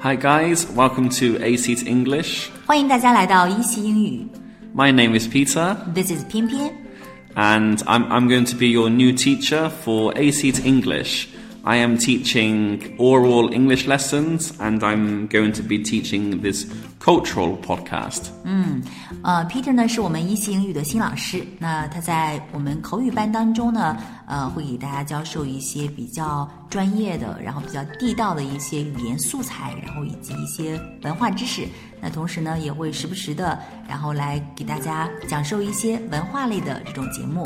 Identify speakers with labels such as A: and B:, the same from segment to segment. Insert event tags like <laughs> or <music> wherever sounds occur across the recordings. A: Hi, guys. Welcome to A Seat English.
B: 欢迎大家来到一席英语
A: My name is Peter,
B: ，This is 偏偏。
A: and I'm, I'm going to be your new teacher for A Seat English. I am teaching oral English lessons, and I'm going to be teaching this cultural podcast.
B: 呃，Peter 呢是我们一席英语的新老师，那他在我们口语班当中呢，呃，会给大家教授一些比较专业的，然后比较地道的一些语言素材，然后以及一些文化知识。那同时呢，也会时不时的，然后来给大家讲授一些文化类的这种节目。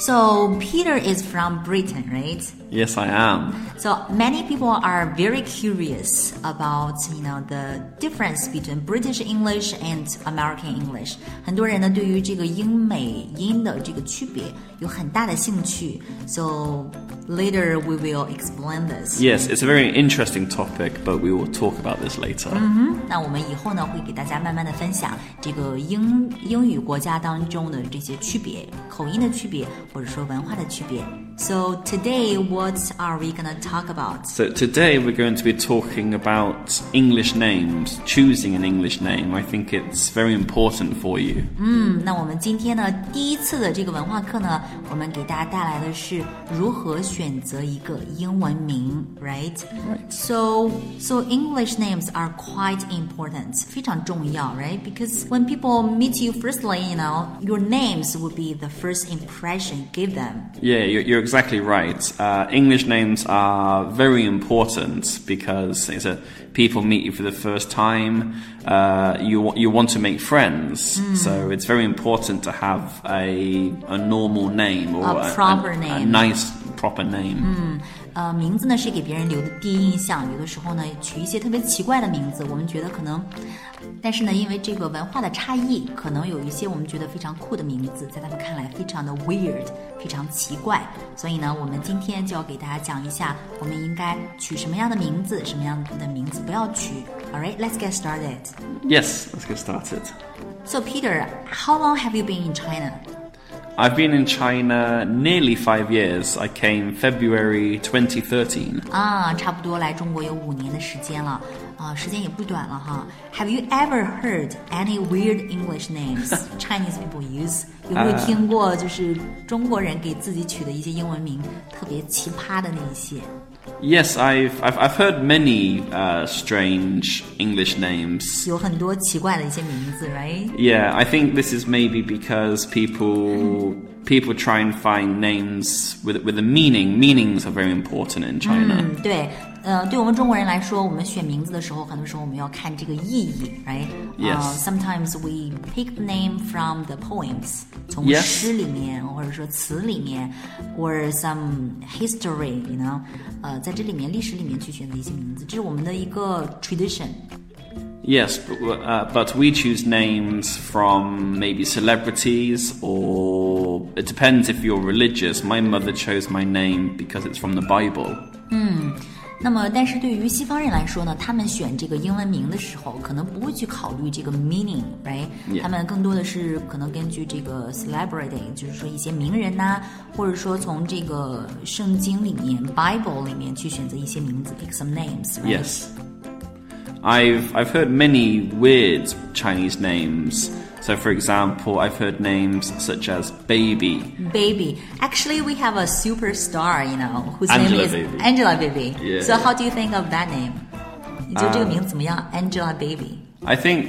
B: So Peter is from Britain, right?
A: Yes, I am.
B: So many people are very curious about you know the difference between British English and American English。很多人呢对于这个英美音的这个区别有很大的兴趣。So later we will explain this。
A: Yes, it's a very interesting topic, but we will talk about this later.
B: 那我们以后呢会给大家慢慢的分享这个英英语国家当中的这些区别，口音的区别，或者说文化的区别。So today what are we gonna talk about？
A: So today we're going to be talking about English names, choosing an English name. I think it's very important for you.
B: 嗯那我们今天呢，第一次的这个文化课呢，我们给大家带来的是如何选择一个英文名，right？
A: Right.
B: So, so English names are quite important，非常重要，right？Because when people meet you firstly, you know, your names would be the first impression give them。
A: Yeah, you're, you're exactly right. Uh, English names are very important because it's a, people meet you for the first time. Uh, you wa- you want to make friends,
B: Hmm.
A: so it's very important to have a a normal name or
B: A proper
A: a,
B: name. Hmm.
A: nice proper name.
B: 呃，名字呢是给别人留的第一印象，有的时候呢取一些特别奇怪的名字，我们觉得可能，但是呢，因为这个文化的差异，可能有一些我们觉得非常酷的名字，在他们看来非常的 weird，非常奇怪。所以呢，我们今天就要给大家讲一下，我们应该取什么样的名字，什么样的名字不要取。All right, let's get started.
A: Yes, let's get started.
B: So Peter, how long have you been in China?
A: I've been in China nearly five years. I came February 2013.
B: 啊，差不多来中国有五年的时间了，啊，时间也不短了哈。Have you ever heard any weird English names Chinese people use？有没有听过就是中国人给自己取的一些英文名特别奇葩的那一些？
A: Yes, I've I've, I've heard many uh, strange English names.
B: 有很多奇怪的一些名字，right？
A: Yeah, I think this is maybe because people people try and find names with with a meaning. Meanings are very important in China.
B: 嗯，对，呃，对我们中国人来说，我们选名字的时候，很多时候我们要看这个意义，right？呃
A: Yes.
B: ，sometimes we pick the name from the poems，从
A: Yes.
B: 诗里面或者说词里面，or some history，you know，呃，在这里面历史里面去选择一些名字，这是我们的一个 tradition。
A: Yes, but, w- uh, but we choose names from maybe celebrities or it depends if you're religious. My mother chose my name because it's from the Bible.
B: 那么，但是对于西方人来说呢，他们选这个英文名的时候，可能不会去考虑这个 meaning，right？、
A: Yeah.
B: 他们更多的是可能根据这个 celebrity，就是说一些名人呐、或者说从这个圣经里面 Bible 里面去选择一些名字，pick some names、right?。
A: Yes. I've I've heard many weird Chinese names. So for example, I've heard names such as baby.
B: Baby. Actually, we have a superstar, you know, whose
A: Angela
B: name is
A: Baby.
B: Angela Baby.
A: Yeah,
B: so
A: yeah. Um，
B: how do you think of that name? 你觉得这个名字怎么样、a n g e l a Baby？
A: I think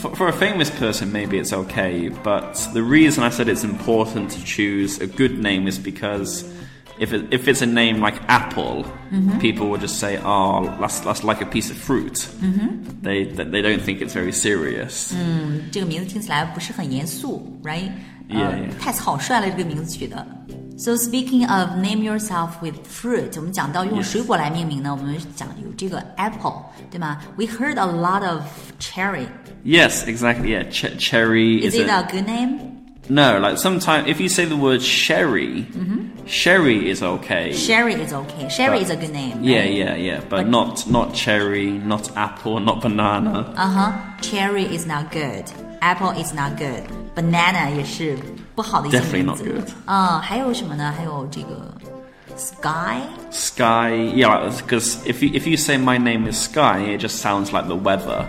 A: for, for a famous person, maybe it's okay, but the reason I said it's important to choose a good name is because if, it, if it's a name like Apple,
B: Mm-hmm.
A: people will just say, oh, that's, that's like a piece of fruit. Mm-hmm. They, they they don't think it's very serious.
B: Mm. 这个名字听起来不是很严肃，right？呃
A: Yeah, yeah.
B: 太草率了，这个名字取的。So speaking of name yourself with fruit，我们讲到用
A: Yes.
B: 水果来命名呢，我们讲有这个 apple，对吗？We heard a lot of cherry.
A: Yes, exactly. Yeah, Ch- cherry
B: Is
A: is
B: it a good name?
A: no. Like sometimes, if you say the word sherry, sherry is okay.
B: Mm-hmm. Sherry is okay. Sherry
A: But-
B: is a good name.
A: yeah, yeah, yeah, but, not not cherry, not apple, not banana.
B: Uh huh. Cherry is not good. Apple is not good. Banana 也是不好的一些
A: Definitely
B: 名
A: not
B: 字。
A: good.
B: 嗯，还有什么呢？还有这个 sky
A: Sky, yeah, because if you if you say my name is Sky, it just sounds like the weather.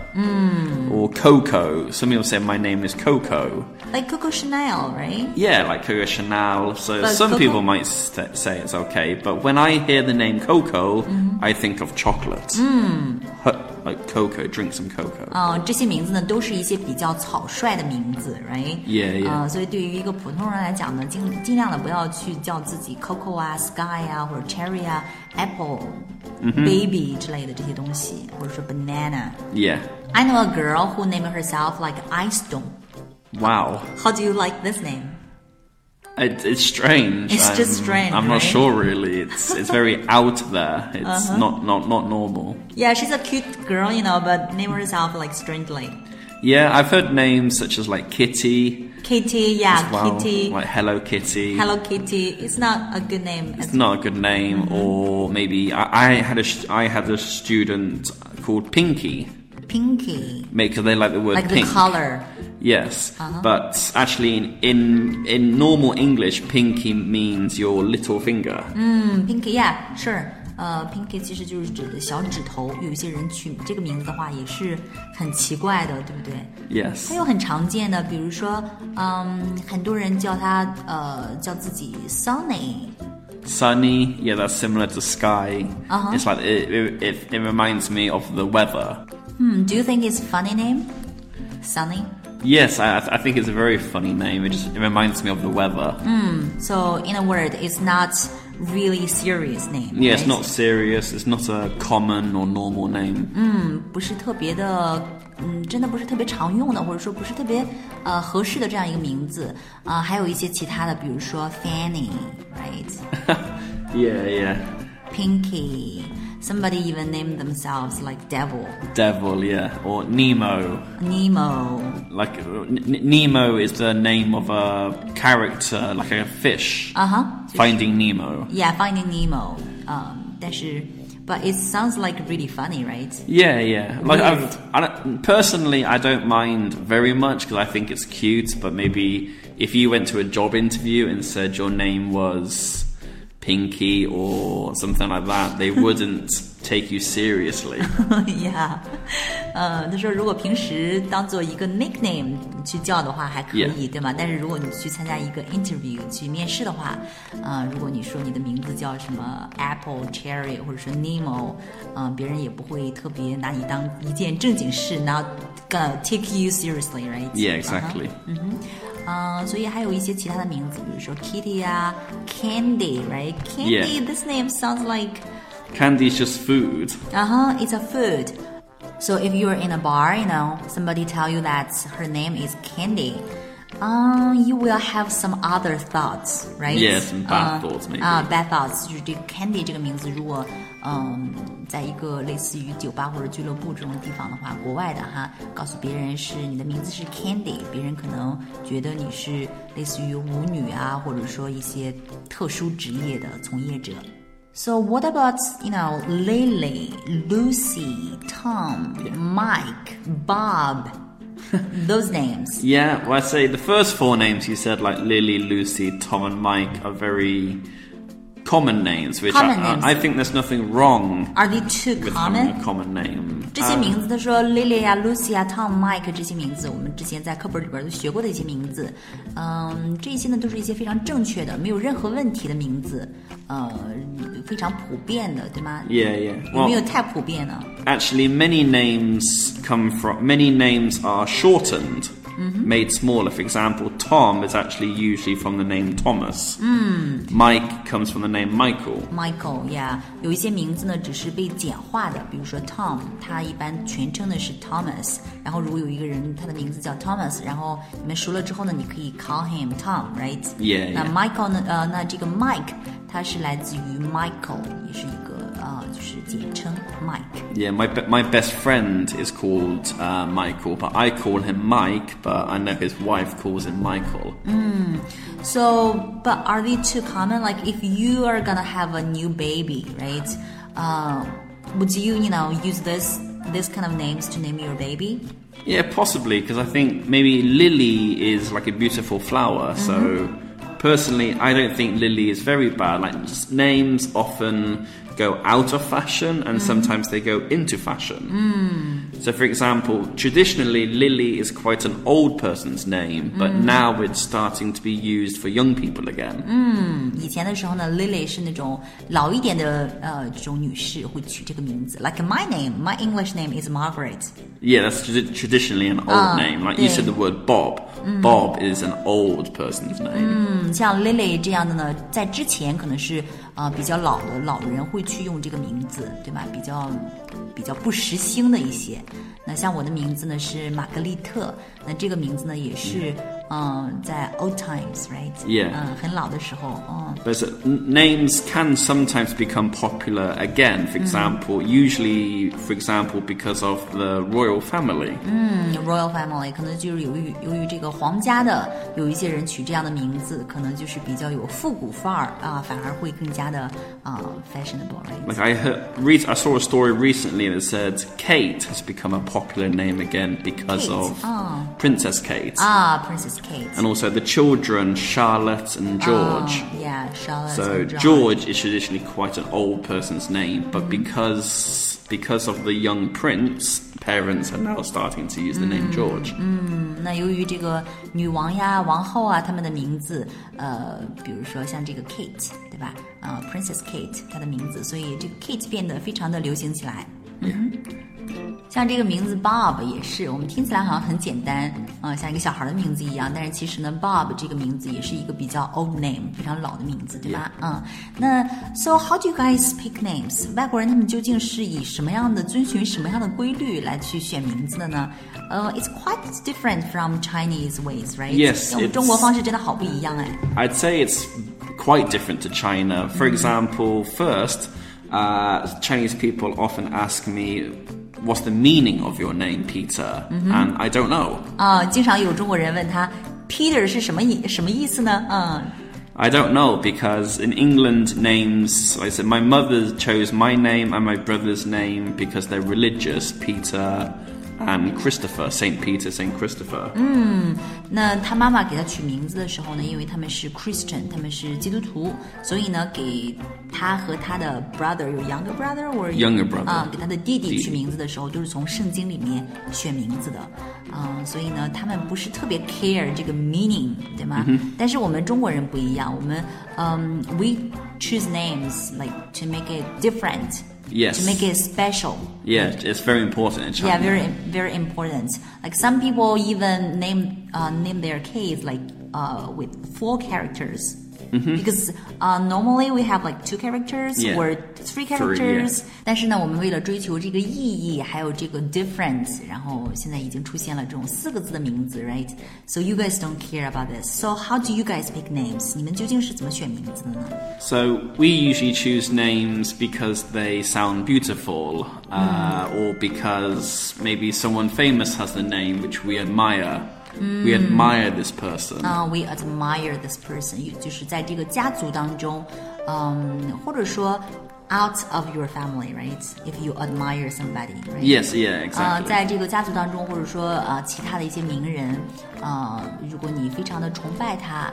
A: Mm.
B: Hmm.
A: Or Coco. Some people say my name is Coco.
B: like Coco Chanel, right?
A: Yeah, like Coco Chanel. So
B: But
A: some
B: Coco-
A: people might st- say it's okay, but when I hear the name Coco,
B: Mm-hmm.
A: I think of chocolate.
B: Hmm.
A: Huh, like cocoa, drink some cocoa.
B: 啊、这些名字呢都是一些比较草率的名字，right？
A: Yeah, yeah.
B: 呃所以对于一个普通人来讲呢，尽尽量的不要去叫自己 Coco 啊、Sky 啊，或者 Cherry 啊、Apple、Baby
A: Mm-hmm.
B: 之类的这些东西，或者说 Banana。
A: Yeah.
B: I know a girl who named herself like Ice Dome.
A: Wow.
B: How do you like this name?
A: It, it's strange.
B: It's just
A: I'm-
B: strange,
A: I'm not
B: right?
A: sure
B: Uh-huh.
A: really. It's it's
B: <laughs>
A: very out there. It's not not not normal.
B: Yeah, she's a cute girl, you know, but named herself like strangely.
A: Yeah, I've heard names such as like Kitty
B: Kitty, yeah,
A: as well,
B: Kitty,
A: like Hello Kitty.
B: Hello Kitty. It's not a good name.
A: It's not a good name, or maybe I, I had a sh- I had a student called Pinky.
B: Pinky,
A: Because they like the word
B: like
A: pink.
B: the color. Uh-huh.
A: Yes, but actually, in, in in normal English, pinky means your little finger.
B: Mm. Pinky, yeah, sure. 呃、p i n k y 其实就是指的小指头。有一些人取这个名字的话，也是很奇怪的，对不对？
A: Yes.
B: 还有很常见的，比如说，嗯，很多人叫他呃叫自己 Sunny，
A: Sunny, yeah, that's similar to sky.
B: Uh-huh.
A: It's like it, it, it, it reminds me of the weather.
B: 嗯，Do you think it's funny name？Sunny？So
A: Yes, I, I think it's a very funny name. It just it reminds me of the weather.
B: Mm. in a word, it's not really serious name.
A: Yeah, it's
B: right?
A: not serious. It's not a common or normal name.
B: 不是特别的，嗯，真的不是特别常用的，或者说不是特别呃合适的这样一个名字啊、还有一些其他的，比如说 Fanny，right，Pinky。
A: Yeah, yeah.
B: Somebody even named themselves like Devil,
A: Devil, yeah, or Nemo.
B: Nemo.
A: Like N- N- Nemo is the name of a character, like a fish.
B: 啊哈
A: Finding Nemo.
B: Uh-huh. ，Yeah, Finding Nemo. 啊、但是，But it sounds like really funny, right?
A: Yeah, yeah. Like
B: Weird.
A: I've, I don't, personally, I don't mind very much because I think it's cute. But maybe if you went to a job interview and said your name was Pinky or something like that, they wouldn't take you seriously.
B: <laughs> yeah，呃，他说如果平时当做一个 nickname 去叫的话还可以
A: Yeah.
B: 对吗？但是如果你去参加一个 interview 去面试的话，呃，如果你说你的名字叫什么 Apple、Cherry 或者说 Nemo，嗯、呃，别人也不会特别拿你当一件正经事，not gonna take you seriously，right？
A: Yeah,
B: 啊哈
A: exactly.
B: 嗯、所以还有一些其他的名字，比如说 Kitty 啊，Candy，right？Candy，this、name sounds like
A: Candy's just food.
B: Uh huh. It's a food. So if you're in a bar, you know, somebody tell you that her name is Candy, um, you will have some other thoughts, right?
A: Yeah, some bad thoughts, maybe.
B: 啊、b a d thoughts 就是这个 Candy 这个名字，如果嗯，在一个类似于酒吧或者俱乐部这种地方的话，国外的哈，告诉别人是你的名字是 Candy，别人可能觉得你是类似于舞女啊，或者说一些特殊职业的从业者。So what about you know Lily, Lucy, Tom, Mike,
A: <laughs>
B: Bob, those names?
A: Yeah, well, I say the first four names you said, like Lily, Lucy, Tom, and Mike, are very common names, which
B: Common
A: I,
B: names.
A: I, I think there's nothing wrong
B: Are they too
A: with
B: common?
A: having a common name. Um,
B: 这些名字，他说 Lily 啊、Lucy 啊、Tom、Mike 这些名字，我们之前在课本里边都学过的一些名字。嗯，这些呢都是一些非常正确的、没有任何问题的名字，呃，非常普遍的，对吗
A: Yeah, yeah.
B: 有没有
A: Well,
B: 太普遍呢？
A: actually, many names come from many names are shortened,
B: Mm-hmm.
A: made smaller. For example, Tom is actually usually from the name Thomas.
B: Hmm.
A: Mike comes from the name Michael.
B: Michael 呀、有一些名字呢只是被简化的，比如说 Tom，他一般全称呢是 Thomas。然后如果有一个人他的名字叫 Thomas，然后你们熟了之后呢，你可以 call him Tom，right？
A: Yeah,
B: 那
A: yeah.
B: Michael 呢？呃，那这个 Mike 它是来自于 Michael，也是一个呃，就是简称 Mike。
A: Yeah, my be- my best friend is called uh, Michael, but I call him Mike. But I know his wife calls him Michael.
B: So, but are they too common? Like, if you are gonna have a new baby, right? Uh, would you, you know, use this this kind of names to name your baby?
A: Yeah, possibly because I think maybe Lily is like a beautiful flower, so personally, I don't think Lily is very bad. Like just names often go out of fashion, and sometimes they go into fashion. So, for example, traditionally Lily is quite an old person's name, but now it's starting to be used for young people again.
B: 以前的时候呢，Lily 是那种老一点的呃这种女士会取这个名字，like my name, my English name is Margaret。
A: Yeah, that's tradi- traditionally an old
B: Ah,
A: name. Like you
B: yeah. Mm.
A: said, the word Bob. Bob is an old person's name.
B: 嗯，像 Lily 这样的呢，在之前可能是呃比较老的老人会去用这个名字，对吧？比较比较不时兴的一些。那像我的名字呢是玛格丽特，那这个名字呢也是嗯、在 old times，right？
A: Yeah.
B: 嗯，很老的时候，嗯。
A: But so- n- names can sometimes become popular again.
B: Mm.
A: For example, usually, for example, because of the royal family.
B: Mm. royal family 可能就是由于由于这个皇家的有一些人取这样的名字，可能就是比较有复古范儿啊，反而会更加的啊、fashionable，right？
A: Like I heard, read, I saw a story recently that said Kate has become a popular name again because
B: Kate,
A: of
B: ah.
A: Princess Kate,
B: 啊，Princess Kate，
A: and also the children Charlotte
B: Ah.
A: and George.
B: 啊 yeah，Charlotte，
A: So
B: and
A: George is traditionally quite an old person's name, but because because of the young prince, parents are now starting to use the name George.
B: 那由于这个女王呀、王后啊，她们的名字，呃，比如说像这个 Kate，对吧？啊、p r i n c e s s Kate，她的名字，所以这个 Kate 变得非常的流行起来。嗯哼，像这个名字 Bob 也是，我们听起来好像很简单，啊、像一个小孩的名字一样，但是其实呢，Bob 这个名字也是一个比较 old name，非常老的名字，对吧？嗯，那 So how do you guys pick names？外国人他们究竟是以什么样的遵循什么样的规律来去选名字的呢？呃、i t s quite different from Chinese ways, right？
A: Yes，
B: 因为我们
A: it's-
B: 中国方式真的好不一样哎。
A: I'd say it's quite different to China. For example, first, uh, Chinese people often ask me, "What's the meaning of your name, Peter?" And I don't know.
B: 啊、经常有中国人问他 Peter 是什么意什么意思呢？嗯。
A: I don't know because in England, names. Like I said my mother chose my name and my brother's name because they're religious. Peter and Christopher, Saint Peter, Saint Christopher.
B: Mm. 那他妈妈给他取名字的时候呢，因为他们是 Christian，他们是基督徒，所以呢，给他和他的 brother 有 younger brother 或
A: Younger brother
B: 啊，给他的弟弟
A: 弟
B: 取名字的时候，都是从圣经里面选名字的啊、所以呢，他们不是特别 care 这个 meaning，对吗？但是我们中国人不一样，我们嗯、w e choose names like to make it different。
A: Yes.
B: To make it special,
A: Yeah, it's very important in China.
B: yeah, very very important. Like some people even name uh, name their kids like uh, with four characters. Because uh, normally we have like two characters
A: Mm-hmm. Yeah.
B: or three
A: yeah.
B: characters，、但是呢，我们为了追求这个意义，还有这个 difference，然后现在已经出现了这种四个字的名字，right？So you guys don't care about this. So how do you guys pick names？你们究竟是怎么选名字的呢？
A: So we usually choose names because they sound beautiful,
B: Mm.
A: uh, or because maybe someone famous has the name which we admire. We admire
B: Mm.
A: this person.
B: 啊、w e admire this person，也就是在这个家族当中，嗯，或者说 out of your family，right？If you admire somebody，right？
A: Yes, yeah,
B: 啊、
A: exactly.
B: 在这个家族当中，或者说啊、呃其他的一些名人，啊，如果你非常的崇拜他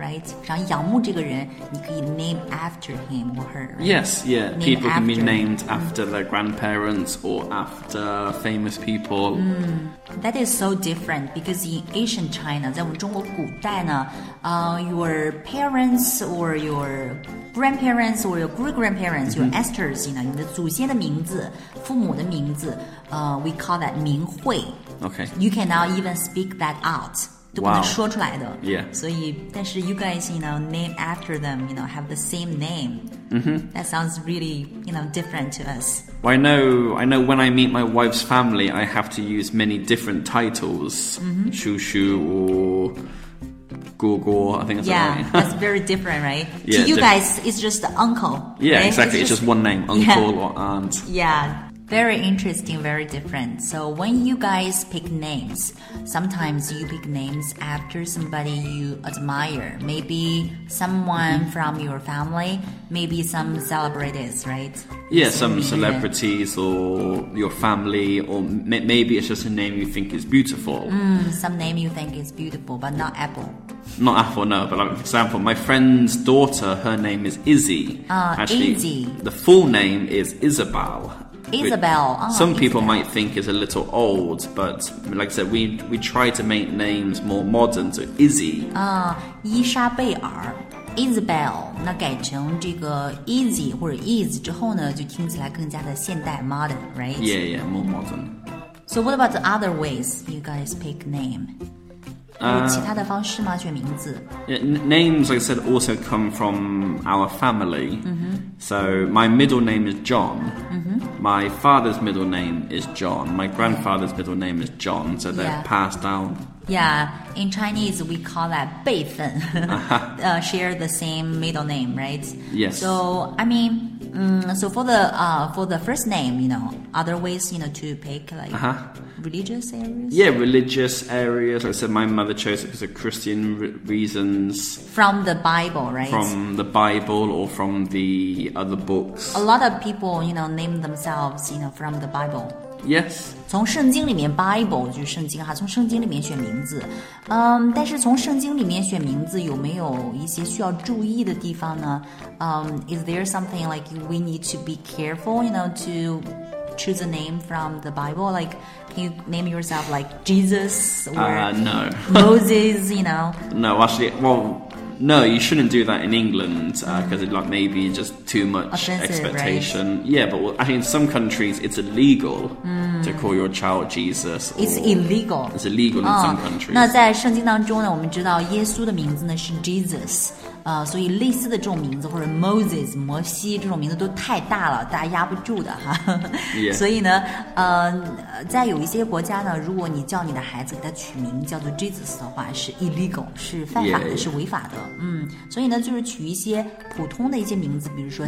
B: ，right，非常仰慕这个人，你可以 name after him or her，right？
A: Yes, yeah.
B: Named
A: people can be
B: after.
A: named after their grandparents or after famous people.
B: Mm. That is so different because in ancient China，在我们中国古代呢，呃、y o u r parents or your grandparents or your great grandparents,
A: Mm-hmm.
B: your ancestors，呢，你的祖先的名字、父母的名字，呃、w e call that 名讳。
A: Okay.
B: You can now even speak that out，都不
A: Wow.
B: 能说出来的。
A: Yeah.
B: 所以，但是 you guys，you know, name after them，you know, have the same name。That
A: Mm-hmm.
B: sounds really, you know, different to us.
A: Well, I know. I know. When I meet my wife's family, I have to use many different titles,
B: Mm-hmm.
A: Shushu or Gorgor. I think that's
B: Yeah,
A: right.
B: <laughs> that's very different, right?
A: Yeah,
B: to you
A: diff-
B: guys, it's just the uncle.
A: <laughs> yeah,
B: right? <laughs>
A: exactly. It's just one name, uncle
B: Yeah.
A: or aunt.
B: Yeah. Very interesting, very different. So when you guys pick names, sometimes you pick names after somebody you admire. Maybe
A: Mm-hmm.
B: someone from your family, maybe some celebrities, right?
A: Yeah, some
B: Yeah.
A: celebrities or your family, or may- maybe it's just a name you think is beautiful.
B: Mm. Some name you think is beautiful, but not apple.
A: Not Apple, no, but like, for example, my friend's daughter, her name is Izzy.
B: Ah,
A: Actually,
B: Izzy.
A: The full name is Isabel. which
B: Isabel, ah,
A: some people
B: Isabel.
A: might think is a little old, but like I said, we we try to make names more modern. So Izzy,
B: 啊、伊莎贝尔 （Isabel），那改成这个 easy 或者 is 之后呢，就听起来更加的现代 （modern），right？、
A: yeah, yeah, more modern.
B: So what about the other ways you guys pick name？有其他的方式吗？选名字
A: Yeah, n- names, like I said, also come from our family.
B: Mm-hmm.
A: So my middle name is John. My father's middle name is John. My grandfather's middle name is John. So they're
B: Yeah.
A: passed down.
B: ？Yeah，in Chinese we call that 辈分。 <laughs> 呃、share the same middle name, right?
A: Yes.
B: So I mean, um, so for the uh for the first name, you know, other ways you know to pick like
A: Uh-huh.
B: religious areas
A: Yeah, religious areas. Like I said, my mother chose it because of Christian re- reasons
B: from the Bible, right?
A: from the Bible or from the other books.
B: A lot of people, you know, name themselves, you know, from the Bible.
A: Yes.
B: 从圣经里面 Bible 就是圣经哈，从圣经里面选名字。嗯，但是从圣经里面选名字有没有一些需要注意的地方呢？嗯、i s there something like we need to be careful, you know, to choose a name from the Bible? Like, can you name yourself like Jesus or
A: Uh, no. <laughs>
B: Moses? You know?
A: No, actually, well, no, you shouldn't do that in England because it like maybe just too much
B: Offensive,
A: expectation. Yeah, but well, actually, in some countries, it's illegal to call your child Jesus. Or
B: Hmm. It's illegal. Oh.
A: It's illegal in
B: 啊
A: some，countries.
B: 那在圣经当中呢，我们知道耶稣的名字呢是 Jesus，呃，所以类似的这种名字或者 Moses 摩西这种名字都太大了，大家压不住的哈。
A: Yeah.
B: <laughs> 所以呢，呃，在有一些国家呢，如果你叫你的孩子给他取名叫做 Jesus 的话，是 illegal，是犯法的
A: Yeah, yeah.
B: 是违法的。嗯，所以呢，就是取一些普通的一些名字，比如
A: 嗯
B: 说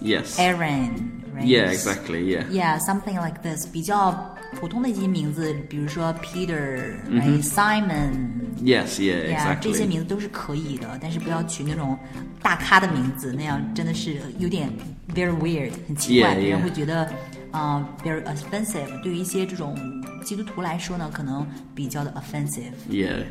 A: Yes.
B: Samuel，right？Aaron，right？
A: yeah, exactly. Yeah.
B: Yeah, something like this，比较普通的一些名字，比如说 Peter、哎 Simon，
A: Yes. Yeah.
B: 呀、
A: 嗯 Exactly.
B: 这些名字都是可以的，但是不要取那种大咖的名字，那样真的是有点 very weird，很奇怪
A: Yeah,
B: 别人
A: yeah.
B: 会觉得啊、呃 very offensive。对于一些这种基督徒来说呢，可能比较的 offensive。
A: Yeah.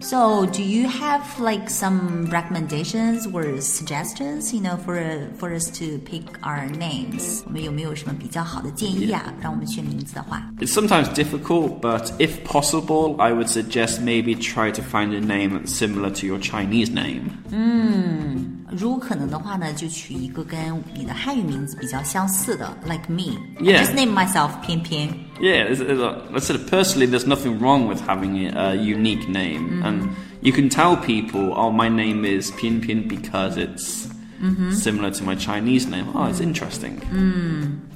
B: So, do you have like some recommendations or suggestions, you know, for for us to pick our names? 我们有没有什么比较好的建议啊？让我们选名字的话
A: It's sometimes difficult, but if possible, I would suggest maybe try to find a name that's similar to your Chinese name.
B: 如果可能的话呢，就取一个跟你的汉语名字比较相似的，like me. I
A: Yeah.
B: just name myself 偏偏。
A: Yeah, there's, there's a, I said personally, there's nothing wrong with having a, a unique name, and you can tell people, "Oh, my name is Pian Pian because it's similar to my Chinese name." Oh, it's interesting.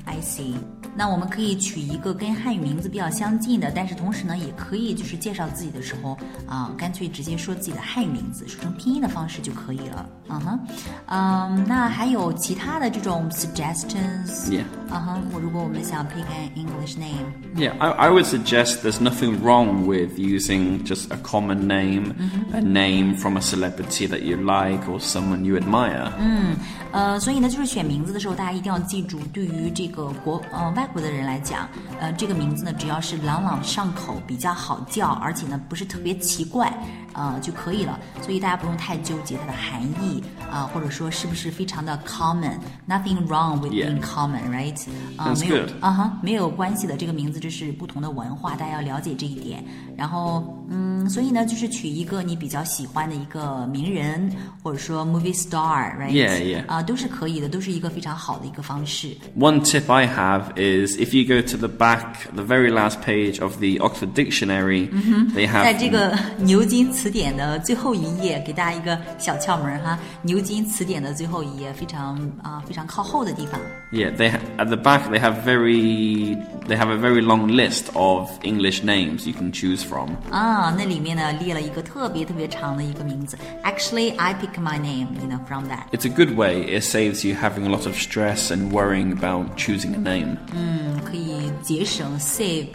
B: I see。那我们可以取一个跟汉语名字比较相近的，但是同时呢，也可以就是介绍自己的时候啊、干脆直接说自己的汉语名字，说成拼音的方式就可以了。嗯哼，嗯，那还有其他的这种 suggestions？
A: Yeah
B: 嗯哼，我如果我们想 pick an English name，
A: Yeah, I, I would suggest there's nothing wrong with using just a common name, a name from a celebrity that you like or someone you admire.
B: 呃，所以呢，就是选名字的时候，大家一定要记住，对于这个国呃外国的人来讲，呃，这个名字呢，只要是朗朗上口，比较好叫，而且呢不是特别奇怪，呃就可以了。所以大家不用太纠结它的含义啊、或者说是不是非常的 common，nothing wrong with being
A: Yeah.
B: common，right？啊、
A: That's
B: 没有
A: good.
B: 啊哈，没有关系的，这个名字这是不同的文化，大家要了解这一点。然后，嗯，所以呢，就是取一个你比较喜欢的一个名人，或者说 movie star，right？
A: Yeah, yeah.
B: 啊、都是可以的，都是一个非常好的一个方式。
A: One tip I have is if you go to the back, the very last page of the Oxford Dictionary, they
B: 在
A: have
B: 这个牛津词典的最后一页，给大家一个小窍门儿哈。牛津词典的最后一页，非常啊、非常靠后的地方。
A: Yeah, they ha- at the back they have very they have a very long list of English names you can choose from.
B: 啊，那里面呢列了一个特别特别长的一个名字。Actually, I pick my name, you know, from that。
A: It's a good way. It saves you having a lot of stress and worrying about choosing a name.
B: 嗯，可以节省 save，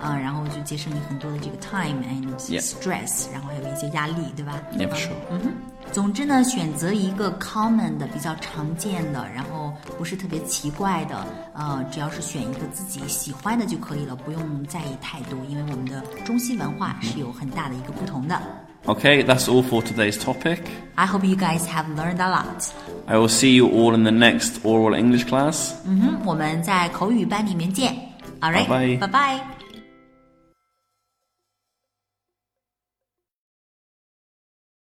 B: 啊、然后就节省你很多的这个 time and
A: Yeah.
B: stress，、然后还有一些压力，对吧
A: Yeah, for sure.
B: 总之呢，选择一个 common 的、比较常见的，然后不是特别奇怪的，呃，只要是选一个自己喜欢的就可以了，不用在意太多，因为我们的中西文化是有很大的一个不同的。
A: Okay, that's all for today's topic.
B: I hope you guys have learned a lot。
A: I will see you all in the next oral English class.
B: 嗯哼，我们在口语班里面见。All right，
A: 拜拜
B: 拜拜。